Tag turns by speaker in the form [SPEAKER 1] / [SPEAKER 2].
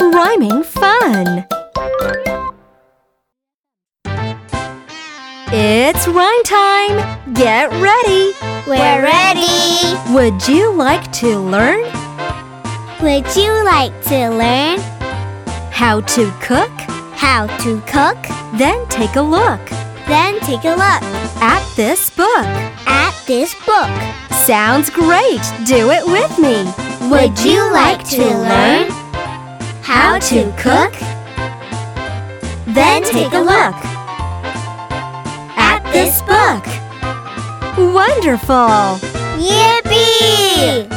[SPEAKER 1] Rhyming fun! It's rhyme time! Get ready!
[SPEAKER 2] We're ready!
[SPEAKER 1] Would you like to learn
[SPEAKER 2] Would you like to learn
[SPEAKER 1] how to cook?
[SPEAKER 2] how to cook?
[SPEAKER 1] Then take a look
[SPEAKER 2] Then take a look
[SPEAKER 1] at this book.
[SPEAKER 2] at this book.
[SPEAKER 1] Sounds great! Do it with me!
[SPEAKER 2] Would you like to learn
[SPEAKER 1] how to cook? Then take a look at this book. Wonderful!
[SPEAKER 2] Yippee!